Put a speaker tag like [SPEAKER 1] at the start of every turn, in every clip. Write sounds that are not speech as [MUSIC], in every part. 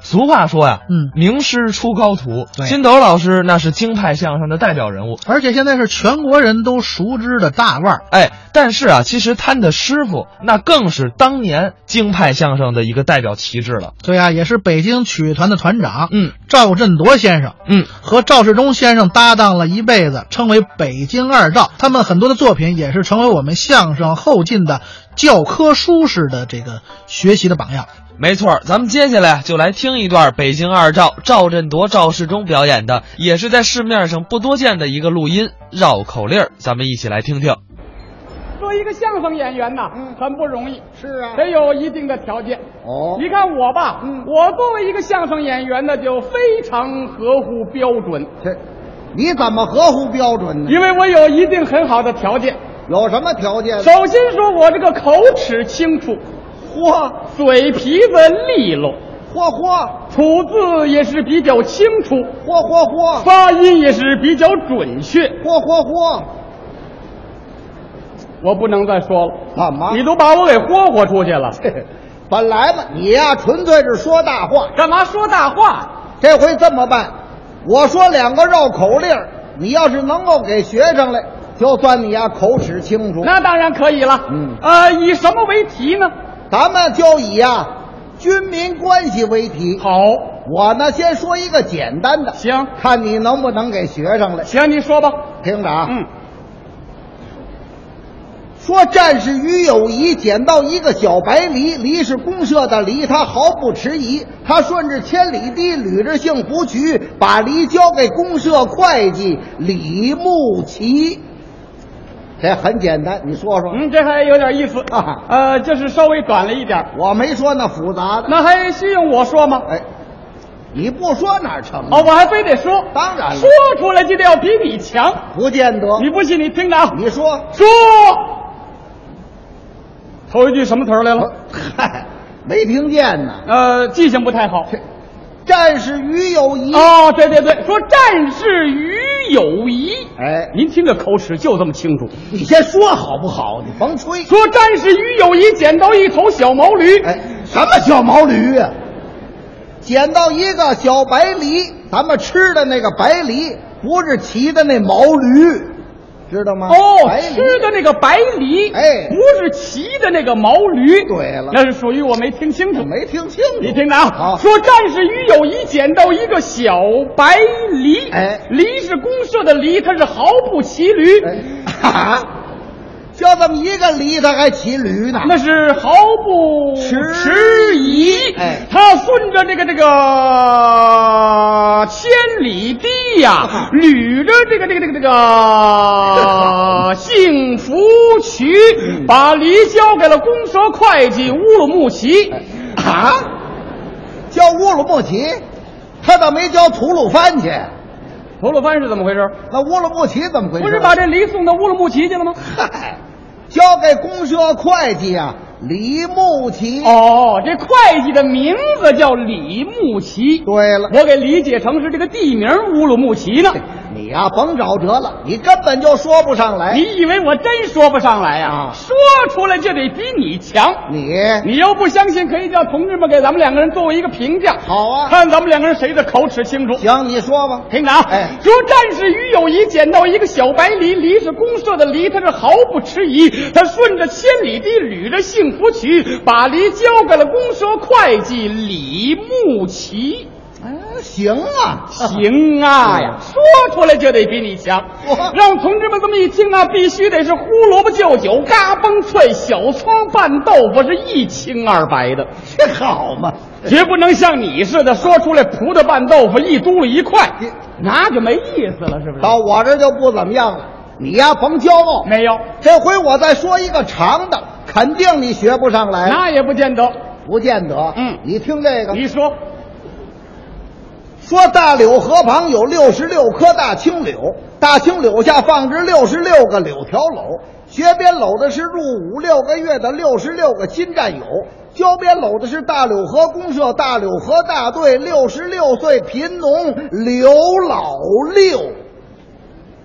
[SPEAKER 1] 俗话说呀，
[SPEAKER 2] 嗯
[SPEAKER 1] 名师出高徒，
[SPEAKER 2] 对
[SPEAKER 1] 金斗老师那是京派相声的代表人物。
[SPEAKER 2] 而且现在是全国人都熟知的大腕儿。
[SPEAKER 1] 哎，但是啊，其实他的师傅那更是当年京派相声的一个代表旗帜了。
[SPEAKER 2] 对啊，也是北京曲艺团的团长，
[SPEAKER 1] 嗯
[SPEAKER 2] 赵振铎先生
[SPEAKER 1] 嗯，
[SPEAKER 2] 和赵世忠先生搭档了一辈子，称为北京二赵。他们很多的作品也是成为我们相声后进的教科书式的这个学习的榜样。
[SPEAKER 1] 没错儿，咱们接下来就来听一段北京二赵赵振铎、赵世忠表演的，也是在市面上不多见的一个录音绕口令儿，咱们一起来听听。
[SPEAKER 3] 做一个相声演员呐，很不容易，
[SPEAKER 4] 嗯是啊，
[SPEAKER 3] 得有一定的条件。
[SPEAKER 4] 哦
[SPEAKER 3] 你看我吧，
[SPEAKER 4] 嗯
[SPEAKER 3] 我作为一个相声演员呢，就非常合乎标准，
[SPEAKER 4] 这你怎么合乎标准呢？
[SPEAKER 3] 因为我有一定很好的条件。
[SPEAKER 4] 有什么条件？
[SPEAKER 3] 首先说，我这个口齿清楚，嚯，嘴皮子利落，
[SPEAKER 4] 嚯嚯
[SPEAKER 3] 吐字也是比较清楚，
[SPEAKER 4] 嚯嚯嚯
[SPEAKER 3] 发音也是比较准确。
[SPEAKER 4] 嚯嚯
[SPEAKER 3] 我不能再说了，
[SPEAKER 4] 嚯，怎么？
[SPEAKER 3] 你都把我给霍霍出去了，
[SPEAKER 4] [LAUGHS] 本来吧，你呀、纯粹是说大话，
[SPEAKER 3] 干嘛说大话？
[SPEAKER 4] 这回这么办，我说两个绕口令儿，你要是能够给学上来，就算你呀、口齿清楚。
[SPEAKER 3] 那当然可以了。
[SPEAKER 4] 嗯
[SPEAKER 3] 呃，以什么为题呢？
[SPEAKER 4] 咱们就以呀、军民关系为题。
[SPEAKER 3] 好，
[SPEAKER 4] 我呢先说一个简单的，
[SPEAKER 3] 行
[SPEAKER 4] 看你能不能给学上来。
[SPEAKER 3] 行，您说吧。
[SPEAKER 4] 听着啊，
[SPEAKER 3] 嗯，
[SPEAKER 4] 说战士于友谊捡到一个小白梨，梨是公社的梨，他毫不迟疑，他顺着千里堤捋着幸福渠，把梨交给公社会计李木齐。这很简单，你说说，
[SPEAKER 3] 嗯，这还有点意思
[SPEAKER 4] 啊
[SPEAKER 3] 呃，就是稍微短了一点儿，
[SPEAKER 4] 我没说那复杂的。
[SPEAKER 3] 那还需用我说吗？
[SPEAKER 4] 嗯哎，你不说哪成？
[SPEAKER 3] 嗯
[SPEAKER 4] 啊
[SPEAKER 3] 哦，，我还非得说。
[SPEAKER 4] 当然了嗯
[SPEAKER 3] 说出来就得要比你强。
[SPEAKER 4] 不见得。
[SPEAKER 3] 你不信，你听着啊。
[SPEAKER 4] 你说，
[SPEAKER 3] 说，头一句什么词儿来了？
[SPEAKER 4] 嗨，没听见呢。
[SPEAKER 3] 呃，记性不太好。
[SPEAKER 4] 战士于友谊，
[SPEAKER 3] 哦，对对对，说战士与友谊。
[SPEAKER 4] 哎，
[SPEAKER 3] 您听这口齿就这么清楚。
[SPEAKER 4] 你先说好不好？你甭吹。
[SPEAKER 3] 说战士与友谊捡到一头小毛驴，
[SPEAKER 4] 哎，什么小毛驴啊？捡到一个小白梨，咱们吃的那个白梨，不是骑的那毛驴，知道吗？
[SPEAKER 3] 哦
[SPEAKER 4] 白，梨
[SPEAKER 3] 吃的那个白梨，
[SPEAKER 4] 哎
[SPEAKER 3] 不是骑的那个毛驴。
[SPEAKER 4] 对了
[SPEAKER 3] 那是属于我没听清楚。
[SPEAKER 4] 没听清楚。
[SPEAKER 3] 你听着啊，
[SPEAKER 4] 好
[SPEAKER 3] 说战士与友谊捡到一个小白梨，
[SPEAKER 4] 哎
[SPEAKER 3] 梨是公社的梨，它是毫不骑驴，
[SPEAKER 4] 哎 [LAUGHS] 啊，就这么一个梨，他还骑驴呢？
[SPEAKER 3] 那是毫不
[SPEAKER 4] 迟
[SPEAKER 3] 迟疑。
[SPEAKER 4] 哎
[SPEAKER 3] 他顺着这个这个千里堤呀、捋着这个这个这个这个幸福渠，把梨交给了公社会计乌鲁木齐。
[SPEAKER 4] 啊，叫乌鲁木齐，他倒没叫吐鲁番去。
[SPEAKER 3] 吐鲁番是怎么回事？
[SPEAKER 4] 那乌鲁木齐怎么回事？
[SPEAKER 3] 不是把这梨送到乌鲁木齐去了吗？
[SPEAKER 4] 嗨，交给公社会计啊，李木齐。，
[SPEAKER 3] 哦，这会计的名字叫李木齐，
[SPEAKER 4] 对了。
[SPEAKER 3] 我给理解成是这个地名乌鲁木齐呢。
[SPEAKER 4] [LAUGHS] 你呀、甭找辙了，你根本就说不上来。
[SPEAKER 3] 你以为我真说不上来呀、
[SPEAKER 4] 哎啊
[SPEAKER 3] 说出来就得比你强。
[SPEAKER 4] 你
[SPEAKER 3] 你要不相信，可以叫同志们给咱们两个人作为一个评价，
[SPEAKER 4] 好啊
[SPEAKER 3] 看咱们两个人谁的口齿清楚。
[SPEAKER 4] 行，你说吧。
[SPEAKER 3] 听着啊，
[SPEAKER 4] 哎
[SPEAKER 3] 说战士于友谊捡到一个小白梨，梨是公社的梨，他是毫不迟疑，他顺着千里堤捋着幸福渠，把梨交给了公社会计李木齐。
[SPEAKER 4] 嗯，行啊， [LAUGHS]
[SPEAKER 3] 行啊呀，说出来就得比你强
[SPEAKER 4] 哇。
[SPEAKER 3] 让同志们这么一听啊，必须得是胡萝卜就酒，嘎嘣脆，小葱拌豆腐是一清二白的，
[SPEAKER 4] 这好嘛？
[SPEAKER 3] 绝不能像你似的说出来葡萄拌豆腐一嘟噜一块，那就没意思了，是不是？
[SPEAKER 4] 到我这就不怎么样了。你呀、甭骄傲。
[SPEAKER 3] 没有，
[SPEAKER 4] 这回我再说一个长的，肯定你学不上来。
[SPEAKER 3] 那也不见得。
[SPEAKER 4] 不见得。
[SPEAKER 3] 嗯
[SPEAKER 4] 你听这个，
[SPEAKER 3] 你说，
[SPEAKER 4] 说大柳河旁有六十六棵大青柳，大青柳下放置六十六个柳条篓，学编篓的是入伍六个月的六十六个新战友，教编篓的是大柳河公社大柳河大队六十六岁贫农刘老六。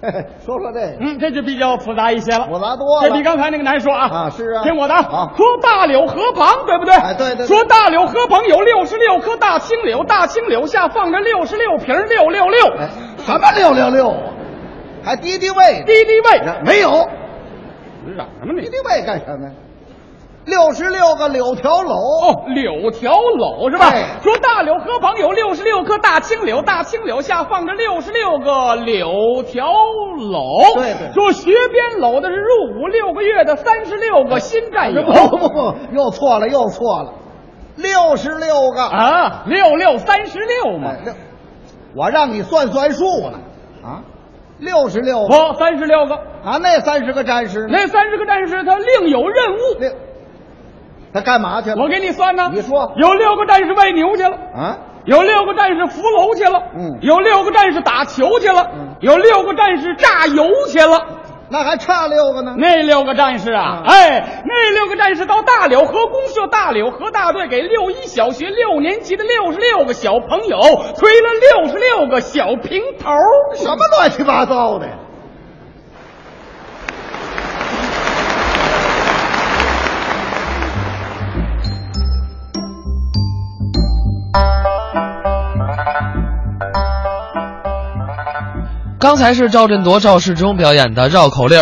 [SPEAKER 4] [LAUGHS] 说说这个，
[SPEAKER 3] 嗯，这就比较复杂一些了，
[SPEAKER 4] 复杂多了
[SPEAKER 3] 这比刚才那个难说啊。
[SPEAKER 4] 啊是啊
[SPEAKER 3] 听我的
[SPEAKER 4] 好
[SPEAKER 3] 说大柳河旁，对不对？
[SPEAKER 4] 哎对对对
[SPEAKER 3] 说大柳河旁有六十六棵大青柳，大青柳下放着六十六瓶六六六，
[SPEAKER 4] 哎什么六六六啊，还敌敌畏？
[SPEAKER 3] 敌敌畏。
[SPEAKER 4] 没有，
[SPEAKER 3] 嚷什么
[SPEAKER 4] 敌？敌畏干什么呀？六十六个柳条篓，
[SPEAKER 3] 哦，柳条篓是吧？
[SPEAKER 4] 哎
[SPEAKER 3] 说大柳河旁有六十六棵大青柳，大青柳下放着六十六个柳条篓。
[SPEAKER 4] 对对
[SPEAKER 3] 说学编篓的是入伍六个月的三十六个新战友。
[SPEAKER 4] [LAUGHS] 不不不，又错了又错了，六十六个
[SPEAKER 3] 啊，六六三十六嘛
[SPEAKER 4] 哎，六，我让你算算数呢，啊，六十六个
[SPEAKER 3] 不，三十六个。
[SPEAKER 4] 啊，那三十个战士呢？
[SPEAKER 3] 那三十个战士他另有任务，
[SPEAKER 4] 那他干嘛去了？
[SPEAKER 3] 我给你算呢。
[SPEAKER 4] 你说
[SPEAKER 3] 有六个战士喂牛去了，
[SPEAKER 4] 啊，
[SPEAKER 3] 有六个战士扶楼去了，
[SPEAKER 4] 嗯
[SPEAKER 3] 有六个战士打球去了，
[SPEAKER 4] 嗯
[SPEAKER 3] 有六个战士榨油去了。
[SPEAKER 4] 那还差六个呢。
[SPEAKER 3] 那六个战士啊，
[SPEAKER 4] 啊
[SPEAKER 3] 哎，那六个战士到大柳河公社大柳河大队给六一小学六年级的六十六个小朋友推了六十六个小平头儿，
[SPEAKER 4] 什么乱七八糟的呀？
[SPEAKER 1] 刚才是赵振铎、赵世忠表演的绕口令儿